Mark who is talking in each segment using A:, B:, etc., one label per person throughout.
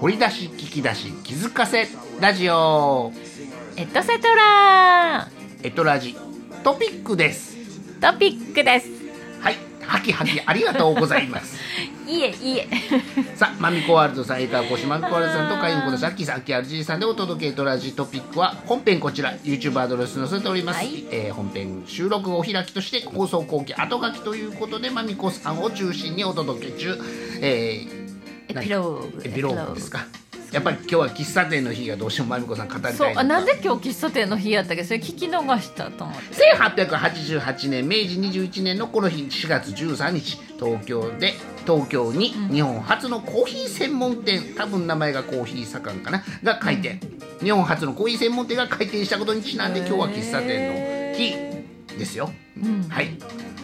A: 掘り出し聞き出し気づかせラジオ
B: エトセトラ
A: エトラジトピックです
B: トピックです
A: はいハキハキありがとうございます
B: いいえいい え
A: さあマミコワールドさんエターコシマミコワールドさんと海運コのさっきさんアッキー RG さんでお届けエトラジトピックは本編こちら YouTube アドレス載せております、
B: はい
A: えー本編収録をお開きとして放送後期後書きということでマミコさんを中心にお届け中、えー
B: エピローグ
A: エピローグですかやっぱり今日は喫茶店の日がどうしてもまみこさん語りたい
B: そう
A: の
B: あなんで今日喫茶店の日やったっけそれ聞き逃したと思っ て
A: 1888年明治21年のこの日4月13日東京で東京に日本初のコーヒー専門店多分名前がコーヒー盛んかなが開店、日本初のコーヒー専門店が開店したことにちなんで今日は喫茶店の日ですよ、はい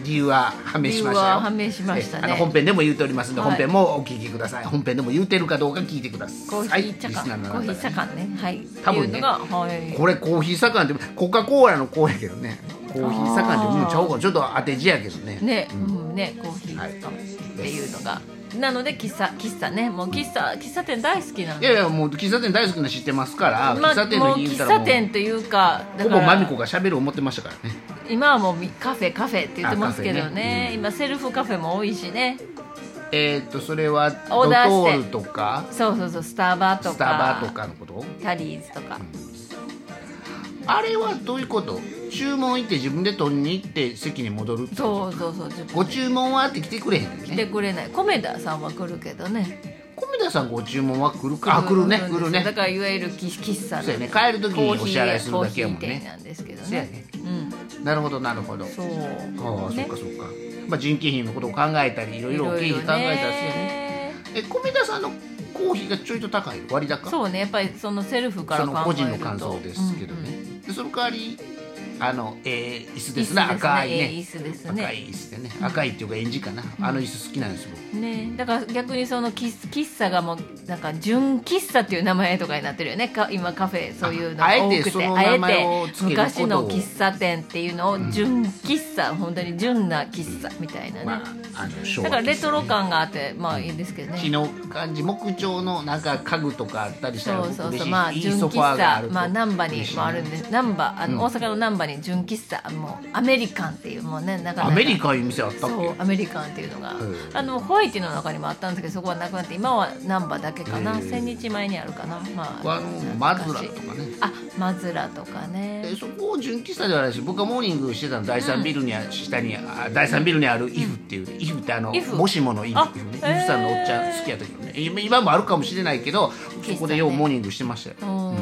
A: 理由は判明しましたよ
B: 理由は判明しましたね
A: えあの本編でも言うておりますので、
B: はい
A: 本編もお聞きください本編でも言うてるかどうか聞いてください
B: コーヒー茶
A: はいリスナ
B: 館、
A: ーの
B: コーヒ
A: 方
B: ー
A: で
B: 茶館ねはい
A: 多分ね
B: っていうのがは い
A: これコーヒー盛んってコカ・コーラのコーやけどねコーヒー盛んってもうちゃうかちょっと当て字やけどね
B: ね、うん、ね、コーヒーとかっていうのが、なので喫茶喫茶ね、もう喫茶喫茶店大好きなの
A: いやいやもう喫茶店大好きなの知ってますから、
B: ま
A: 喫茶
B: あ、
A: 店
B: も
A: の
B: う
A: 日言
B: 喫
A: うた
B: 茶
A: らもう
B: 店というか、だ
A: ほ
B: か
A: ぼマミコ
B: ら
A: がしゃべる思ってましたからね
B: 今はもうみカフェカフェって言ってますけ
A: あカ
B: ど
A: フェ
B: ね、今セルフカフェも多いしね、
A: えー、っとそれは
B: オ
A: ドト
B: ーダーして
A: ールとか
B: そうそうそうスターバとか、
A: スタバとかのこと
B: タリーズとか、
A: あれはどういうこと注文行って自分で取りに行って席に戻るってこと
B: そうそうそう、自
A: ご
B: 分で
A: 注文はあって来てくれへんねん
B: 来
A: ね
B: てくれない、コメダさんは来るけどね、
A: 米田さんご注文は来るかあ来るね来るね
B: だからいわゆる喫喫茶
A: そう
B: で
A: やね帰る時にお支払いするだけやもんね
B: コーヒー店なんですけど
A: そうや
B: ね
A: ね、
B: うん、
A: なるほどなるほど
B: そう、
A: ああ、
B: ね
A: そっかそっか、まあ、人件費のことを考えたりいろい
B: い
A: ろ
B: ろ
A: 経費
B: い
A: 考え
B: ろ
A: たりしてねえ米田さんのコーヒーがちょいと高い割高
B: そうねやっぱりそのセルフから
A: そ
B: 考
A: の
B: えると
A: 個人の感想ですけどね、でその代わりあの、えー椅子ですね
B: 椅子ですね
A: 赤いね
B: えー椅子ですね
A: 赤い椅子でね赤いっていうかエンジンかな、あの椅子好きなんですよ僕
B: うんうんねだから逆にその喫喫茶がもうなんか純喫茶っていう名前とかになってるよねか今カフェそういうのが
A: ああえ
B: 多
A: て
B: くて
A: その名前をつけることを
B: 昔の喫茶店っていうのを純喫茶、本当に純な喫茶みたいなね、
A: まああの昭
B: だ
A: 和
B: からレトロ感があってまあいいんですけどね
A: 木の感じ木調のなんか家具とかあったりしたら
B: そ
A: 僕
B: うそう
A: 嬉
B: そ
A: し
B: う
A: い
B: まあ
A: いい
B: 純
A: ソ
B: 喫
A: ファーがあ
B: 茶
A: ると
B: まあ難波にもあるん
A: 嬉しいね
B: です難波あの、
A: うん
B: 大阪の難波に純喫茶もうアメリカンっていうもうねなかなか
A: アメリカンいう店あったっ
B: そうアメリカンっていうのが、
A: うん
B: あのホワイトの中にもあったんですけどそこはなくなって今は難波だけかな、
A: へえ
B: 千日前にあるかなま
A: け
B: あ
A: あのマズラと
B: 昔
A: かね
B: あマズラとかね
A: でそこを純喫茶ではないし僕がモーニングしてたの第3ビルにあ、下にあ第3ビルにあるイフっていう、イフってあの
B: イフ
A: もしものイフ
B: あ
A: イフねイフ
B: へー
A: さんのおっちゃん好きやったけどね今今もあるかもしれないけどそこでよう
B: 喫茶ね
A: モーニングしてましたよ、
B: お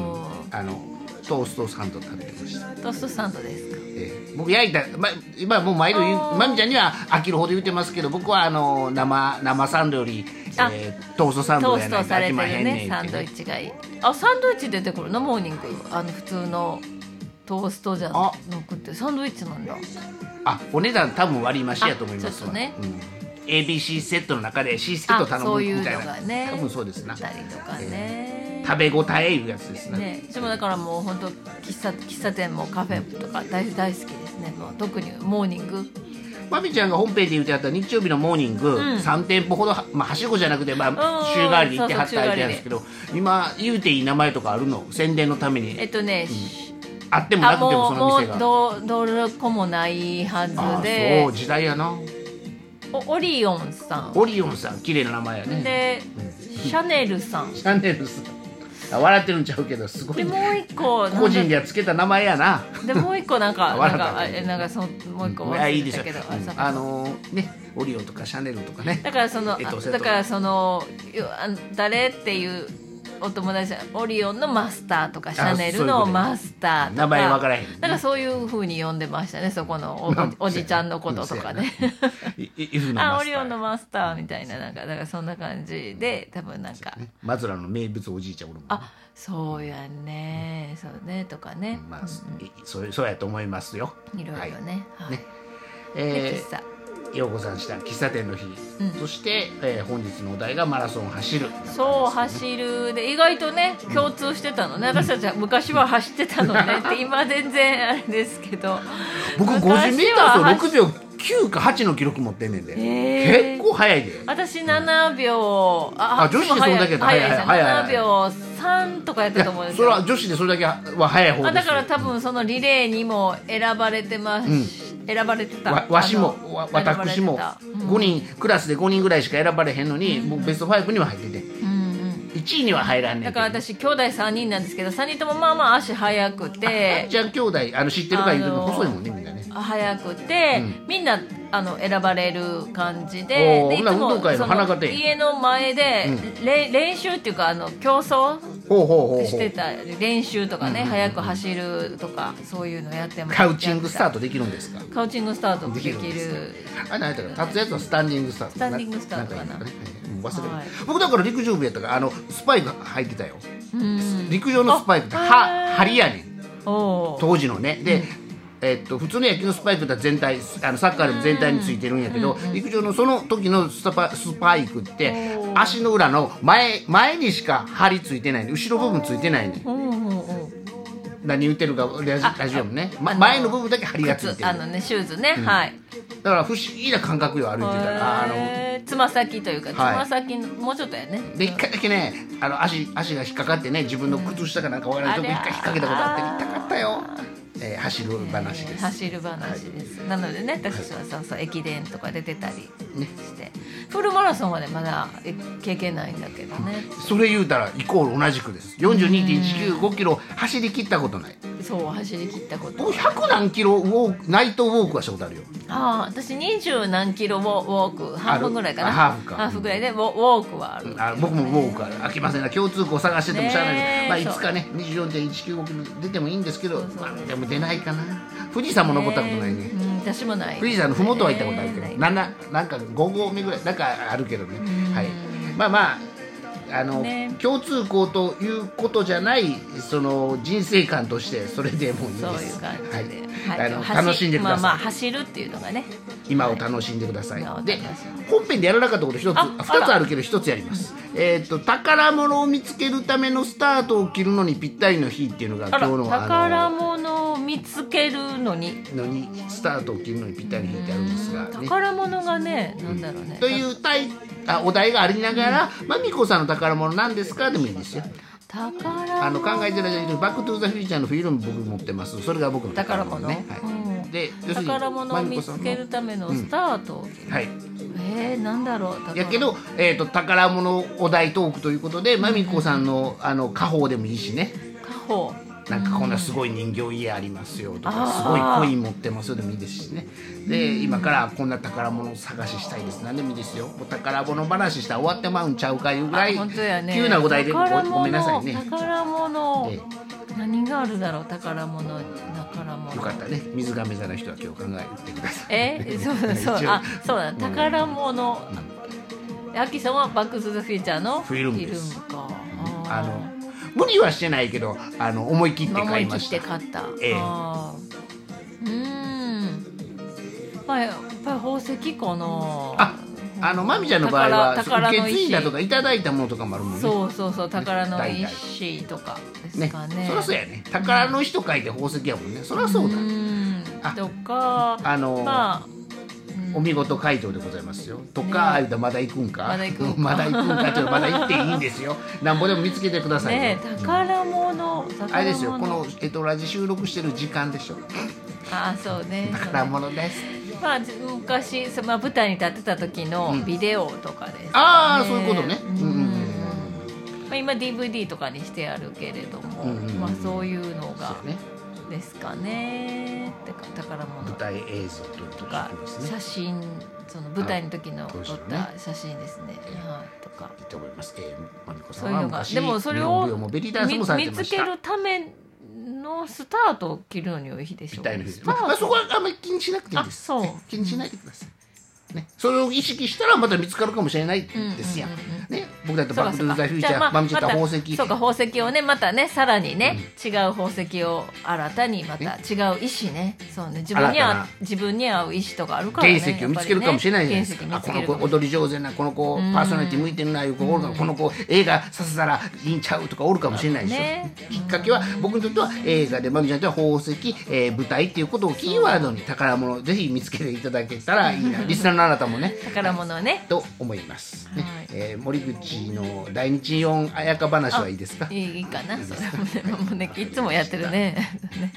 B: ー
A: あのトーストサンド食べてました、
B: トーストサンドですか
A: ええ僕焼いた、ま、今もう毎度言う
B: あー
A: まみちゃんには飽きるほど言ってますけど僕はあの生生サンドより、
B: あ
A: えートーストサンド
B: トー
A: や
B: ス
A: ない
B: ト
A: と
B: さ
A: 飽
B: れ
A: き
B: て
A: ま
B: る
A: へんねんって
B: ねサンドイッチがいいあサンドイッチ出てくるのモーニングあの普通のトーストじゃな
A: あ
B: くてサンドイッチなんだ
A: あお値段多分割り増しやと思います
B: あちょっとね
A: うん ABC セットの中で C セット頼
B: あそ
A: む
B: ういう
A: み
B: の
A: たいな
B: がね
A: 多分そうですな
B: だったりとかね、
A: 食べ応えいうやつですね
B: ね、でもだからもう本当喫茶喫茶店もカフェとか大大好きですねもう特にモーニング
A: まみちゃんが本編で言うてはった日曜日のモーニング、
B: うん
A: 3店舗ほどは、まあ、はしごじゃなくて、まあ
B: う、ん
A: 週替わりで行ってはった
B: そうそう
A: 相手なんですけど今言うていい名前とかあるの宣伝のために、
B: えっとね、し
A: あってもな
B: あ
A: くても
B: も
A: そうの
B: も
A: 店が
B: うどどれこもないはず
A: あ
B: で
A: そう時代やな
B: おオリオンさ
A: オリオンさん綺麗な名前や
B: ん
A: ね
B: で、シャネルさん
A: シャネルさんあ笑ってるんちゃうけどすごい
B: でも
A: ね
B: う一個なん
A: 個
B: か
A: 人ではつけた名前やな
B: でもう一個なんか
A: 笑
B: な
A: っ
B: ん
A: た
B: かあえなんかそのもう一個
A: いやいいで
B: 忘れ
A: す
B: た
A: よ
B: けど、
A: うん
B: そうか
A: あのーねオリオンとかシャネルとかね
B: だからその、
A: えっと
B: あ
A: セット
B: だからそのよあの誰っていうお友達オリオンのマスターとかシャネル
A: そういうこ
B: の
A: とね
B: マスターとか
A: 名前分からへんね
B: なんかそういうふうに呼んでましたねそこのお,、
A: まあ
B: おじちゃんのこととかね
A: そうやないいイフの
B: あ
A: マ
B: オ
A: スタ
B: リオンの
A: ー
B: マスターみたいななんかだからそんな感じで多分なんか
A: ねマズラの名物おじいちゃんおるもんね
B: あそうやねそうねとかね、
A: まあいそうそうやと思いますよ
B: いろいろ
A: はい
B: ね,、はい、
A: ね
B: で
A: え
B: 喫茶
A: ーようこさんした喫茶店の日
B: うん
A: そしてえー本日のお題がマラソン走 る
B: そう走るで意外とね共通してたのね私たちは昔は 走ってたのねって今全然あれですけど
A: 僕50メーター
B: 昔は
A: と6秒9か8の記録持ってんねんで、
B: へー
A: 結構早いで
B: 私7秒
A: あ
B: あ
A: 女子でそれだけやった
B: 早い
A: 早い
B: 早い
A: 早い
B: 7秒3とかやっ
A: い
B: たと思うん
A: や
B: です
A: それ
B: よ
A: は女子でそれだけは早い方です
B: あだから多分そのリレーにも選ばれてます、選ばれてた
A: わわし
B: あ
A: も
B: の
A: わ
B: 選ばれてた
A: 私も
B: うん
A: 5人、クラスで5人ぐらいしか選ばれへんのに、僕ベスト5には入ってて
B: うん
A: 1位には入らん
B: うん、
A: ねん
B: だ
A: け
B: から
A: ど
B: 私兄弟3人なんですけど3人ともまあまあ足速く
A: あ
B: て
A: じゃん兄弟あの知ってるか言うけ
B: あ
A: ど
B: の
A: 細いもんねみんなね
B: 早くて、
A: う
B: みんなあの選ばれる感じで
A: おー
B: で
A: ほんなら運動会の花形や
B: 家の前で、れ練習っていうかあの競
A: ほ
B: 争
A: うほうほうほ
B: して
A: う
B: た練習とかね、早く走るとかそういうのやってます
A: カウチングスタ
B: ー
A: ートできるんですか
B: トカウチングスタート
A: で
B: でき
A: き
B: る
A: るんですあれ何やったか立つやつはスタンディングスタート
B: スタンディングスタートかなん
A: 言うたねうん忘れた
B: はい
A: 僕だから陸上部やったからあのスパイク入ってたよ
B: うん
A: 陸上のスパイクって
B: あ
A: は
B: へー
A: 針やねん
B: おー
A: 当時のねで、えっと普通の野球のスパイクって全体あのサッカーでも全体についてるんやけど、陸上のその時のスパスパイクって
B: おー
A: 足の裏の前前にしか針ついてないね後ろ部分ついてないね
B: おーおーおー
A: 何言ってるかラジラジオもね、ま
B: あの
A: 前の部分だけ針がついて
B: 靴
A: る
B: あのねシューズね、はい
A: だから不思議な感覚よ歩いてたらあの
B: へーつま先というかつ
A: はい
B: ま先の、もうちょっとやね
A: で一回だけねあの足足が引っかかってね自分の靴下かなんかわからないとこ
B: あ
A: 一
B: ら
A: 回引っ掛けたことあって痛かったよ、えー走る話です、
B: 走る話です、なのでね私はそうそう駅伝とか出てたり
A: ね
B: して、フルマラソンはねまだえ経験ないんだけどね
A: それ言うたらイコール同じくです42.195キロ走り切ったことない
B: そう走り切ったことは
A: 僕100何キロウォークナイトウォークはしたことあるよ
B: ああ私二十何キロウォウォーク半分ぐらいかな
A: あハーフか
B: ぐらいでウォウォークはある
A: あ僕もウォークは飽きませんな共通項探しててもしゃあないけど、
B: ねえ
A: まあ、いつかね24.195キロ出てもいいんですけど
B: そうそう
A: まあ、でも出ないかな富士山も登ったことないね
B: えうん、私もない
A: 富士山の麓は行ったことあるけど、
B: ね
A: なななんか5合目ぐらいなんかあるけどね、はい、まあまああの、
B: ね
A: 共通項ということじゃないその人生観としてそれでもういいです
B: そういう感じで、
A: はいあの
B: 走
A: 楽しんでください、
B: まあまあ走るっていうのがね
A: 今を楽しんでください、
B: 今を楽し
A: で
B: んで
A: 本編でやらなかったこと一つ
B: あ
A: 2つ
B: あら
A: あるけど1つやります、えっ、と宝物を見つけるためのスタートを切るのにぴったりの日っていうのが
B: あ
A: 今日
B: ら
A: のの
B: 宝物を見つけるのに
A: のにスタートを切るのにぴったりの日ってあるんですが、ね、
B: 宝物がねなんだろうね
A: というタイあお題がありながら「まみこさんの宝物なんですか?」でもいいですよ
B: 宝
A: あ
B: 物
A: の考えてる間に「バック・トゥ・ザ・フューチャー」のフィルム僕持ってますそれが僕の宝
B: 宝
A: 物
B: 物、
A: ね
B: う
A: は
B: ん
A: い、で要するに
B: 宝物を
A: まみ
B: 見
A: こさん
B: つ
A: の
B: けるためのスタート、
A: はい
B: えー、なんだろう宝物
A: やけど、えー、と宝物お題トークということでまみこさんのあの家宝でもいいしね
B: 家宝
A: なんかこんなすごい人形家ありますよとか、
B: あ
A: す
B: ー
A: ごいコイン持ってますよでもいいですしねで今からこんな宝物探ししたいです何でもいいですよお宝物話したら終わってまうんちゃうかいうぐらい、
B: あ本当やね
A: 急なお題でご
B: 宝物
A: ごめんなさいね
B: 宝物、
A: え
B: 何があるだろう宝物宝物
A: よかったね水が座の人は今日考えてください
B: えそうだそう
A: 一応
B: だあそうだ宝物、あきさんはバック・トゥ・ザ・フューチャーの
A: フィルムです
B: フィルムか
A: あの無理はしてないけどあの思い切って
B: 思
A: 買い
B: い
A: ま
B: 切っ
A: してた
B: 買った
A: ええ
B: あーうーんまあやっぱり宝石かな
A: ああのまみちゃんの場合は
B: 宝宝
A: 受
B: の
A: け
B: 石
A: 継いだとかいただいたものとかもあるもんね
B: そうそうそう宝の
A: 代々
B: 石とかで
A: ね
B: すかね
A: そりゃそうやね宝の石と書いて宝石やもんねそりゃそうだ、
B: ん
A: あ
B: とか
A: あの
B: まあ
A: お見事回答でございますよ。とか、言うたらまだ行くんか。
B: まだ行くんか
A: まだ行くんかっていうのはまだ行っていいん ですよ。なんぼでも見つけてくださいよ。
B: ねえ宝物宝物
A: あれですよ。このえっとラジ収録してる時間でしょ。
B: あそうね
A: 宝物です。
B: まあ、昔そ、まあ、舞台に立ってた時のビデオとかです、
A: ああ、そういうことね。うん
B: ん
A: うん
B: まあ、今 DVD とかにしてあるけれども、
A: うんうんうん
B: まあ、そういうの
A: そう
B: が
A: ね。
B: ですかねてか宝物
A: 舞台映像ということ
B: と
A: で
B: か
A: すね。
B: 写真その舞台の時の
A: あ
B: 撮
A: 当
B: っ
A: 時のね
B: た写真ですね、はい、とか
A: いいと思います。えー、まみこ
B: そ
A: さ
B: うんいう
A: は
B: のが
A: 昔
B: でもそれを
A: 日本舞踊もベリーダンス
B: 見
A: もされて
B: 見
A: ま
B: つ
A: した。
B: けるためのスタートを切るのにはいいでしょ
A: み
B: う
A: たいな日
B: ス
A: で
B: タ
A: まあまあ
B: ー
A: そ
B: ト
A: こはあんまり気にしなくていいです。
B: あそう
A: ね気にしないでください。ね、それを意識したらまた見つかるかもしれないですやん。
B: うんうんうん
A: ね、僕だって
B: そう
A: バッ
B: か
A: クト
B: そう
A: ゥ
B: か
A: ーザフューチャ
B: じゃあま
A: ー、
B: あ
A: まみちゃった宝
B: また
A: 石。
B: そうか宝石をねまたねさらにね、違う宝石を新たにまた違う石ねそうね自分
A: 新
B: に
A: た
B: は
A: な
B: 自分に合う石とかあるから
A: 原
B: ね
A: 石を見つけるかもしれないじゃないですか、
B: や
A: あ
B: っぱ
A: こ
B: り
A: の
B: ね原石見つけるか
A: 子
B: も
A: 踊り上手なこの子パーソナリティ向いてるないう子おるかもこの子映画させたらいいんちゃうとかおるかもしれないでしょ、
B: ね
A: きっかけは僕にとっては映画でまみちゃんとは宝石、えー舞台っていうことをキーワードに宝物をぜひ見つけていただけたらいいなリスナーのあなたもね
B: 宝物をね
A: と思います、ね
B: はい
A: えー森口の大日四綾香話はいいですか
B: いいかなそれもねもうねいつもやってるね ね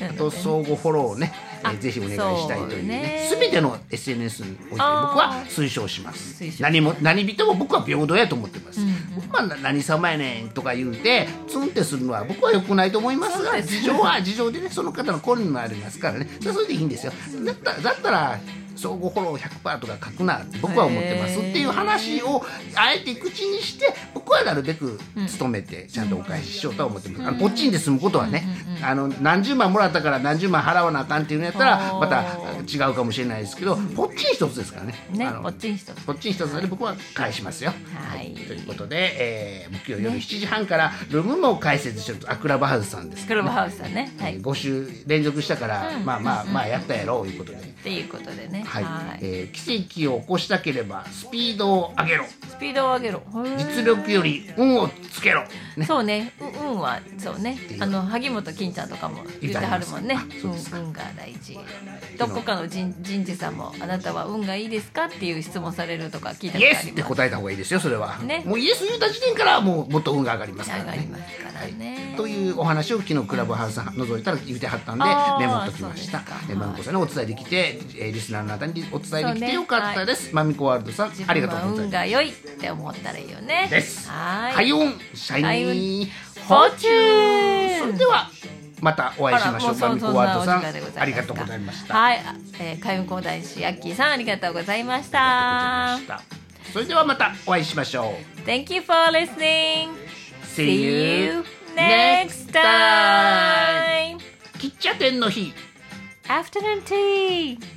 B: なの
A: と
B: で
A: 相互フォローをね、え
B: あ
A: ーぜひお願いしたいというね
B: そうね
A: 全ての SNS において僕
B: あー
A: は推奨します
B: 推奨
A: 何も何人も僕は平等やと思ってます、
B: うんうん
A: まあ、な何様やねんとか言うてツンってするのは僕は良くないと思います
B: そう
A: が
B: ですね
A: 事情は事情でねその方の好みもありますからねそれはそれでいいんですよだっただったら相互フォロー100%とか書くなって僕は思ってますっ
B: へー
A: ていう話をあえて口にして僕はなるべく努めてちゃんとお返ししようとは思ってます、あのポッチンで済むことはね、あの何十万もらったから何十万払わなあかんっていうのやったら
B: おー
A: また違うかもしれないですけどポッチン一つですからね
B: ね
A: あの
B: こっちにしとく
A: こっちに一つなので僕は返しますよ。
B: はい
A: ということで、えー、木曜夜7時半からルームも解説してると、あクラブハウスさんです
B: ク
A: けど
B: ラブハウスさんねはいっ
A: 5週連続したから、まあまあまあやったやろういうことで、
B: ていうことでね
A: はい
B: はい
A: えー奇跡を起こしたければスピードを上げろ
B: スピードを上げろへー
A: 実力より運をつけろ、ね、
B: そうね、う運はそうね
A: い、う
B: あの萩本欽ちゃんとかも言ってはるもんね
A: 言ってはります。
B: う
A: そ
B: ん
A: うですか
B: 運が大事。どこかの人人事さんもあなたは運がいいですかっていう質問されるとか聞いたこ
A: イエ
B: とあ
A: スっ
B: り
A: て
B: ます。
A: 答えた方がいいですよそれは、
B: ね
A: もうイエス言うた時点からもうもっと運が上がりますから
B: 上が
A: ね
B: りますからね。
A: というお話を昨日クラブハウスさん覗いたら言うてはったんで
B: あー
A: メモっときました
B: そうですか
A: えーまみこさんにお伝えできて、えーリスナーの方にお伝えでき
B: そう
A: て
B: ね
A: よかったです、まみこワールドさん
B: 自
A: あり
B: 分
A: がとう
B: は
A: ござい
B: 運
A: ま
B: が良いって思ったらいいよね。
A: すです
B: は
A: は
B: ーい。
A: よんシャイニー
B: フォーチュン
A: それではまたお会いしましょう
B: あ
A: ま
B: らも
A: み
B: うそ
A: こ
B: ん
A: ワールドさ
B: そんなお時間でござい
A: ん
B: ますか
A: ありがとうございました、
B: はい、あえー、海運講談師アッキーさんありがとうございました
A: あり。がとうございましたそれではまたお会いしましょ
B: Thank you for listening.
A: う
B: See you next time.
A: 喫茶店の日
B: Afternoon tea.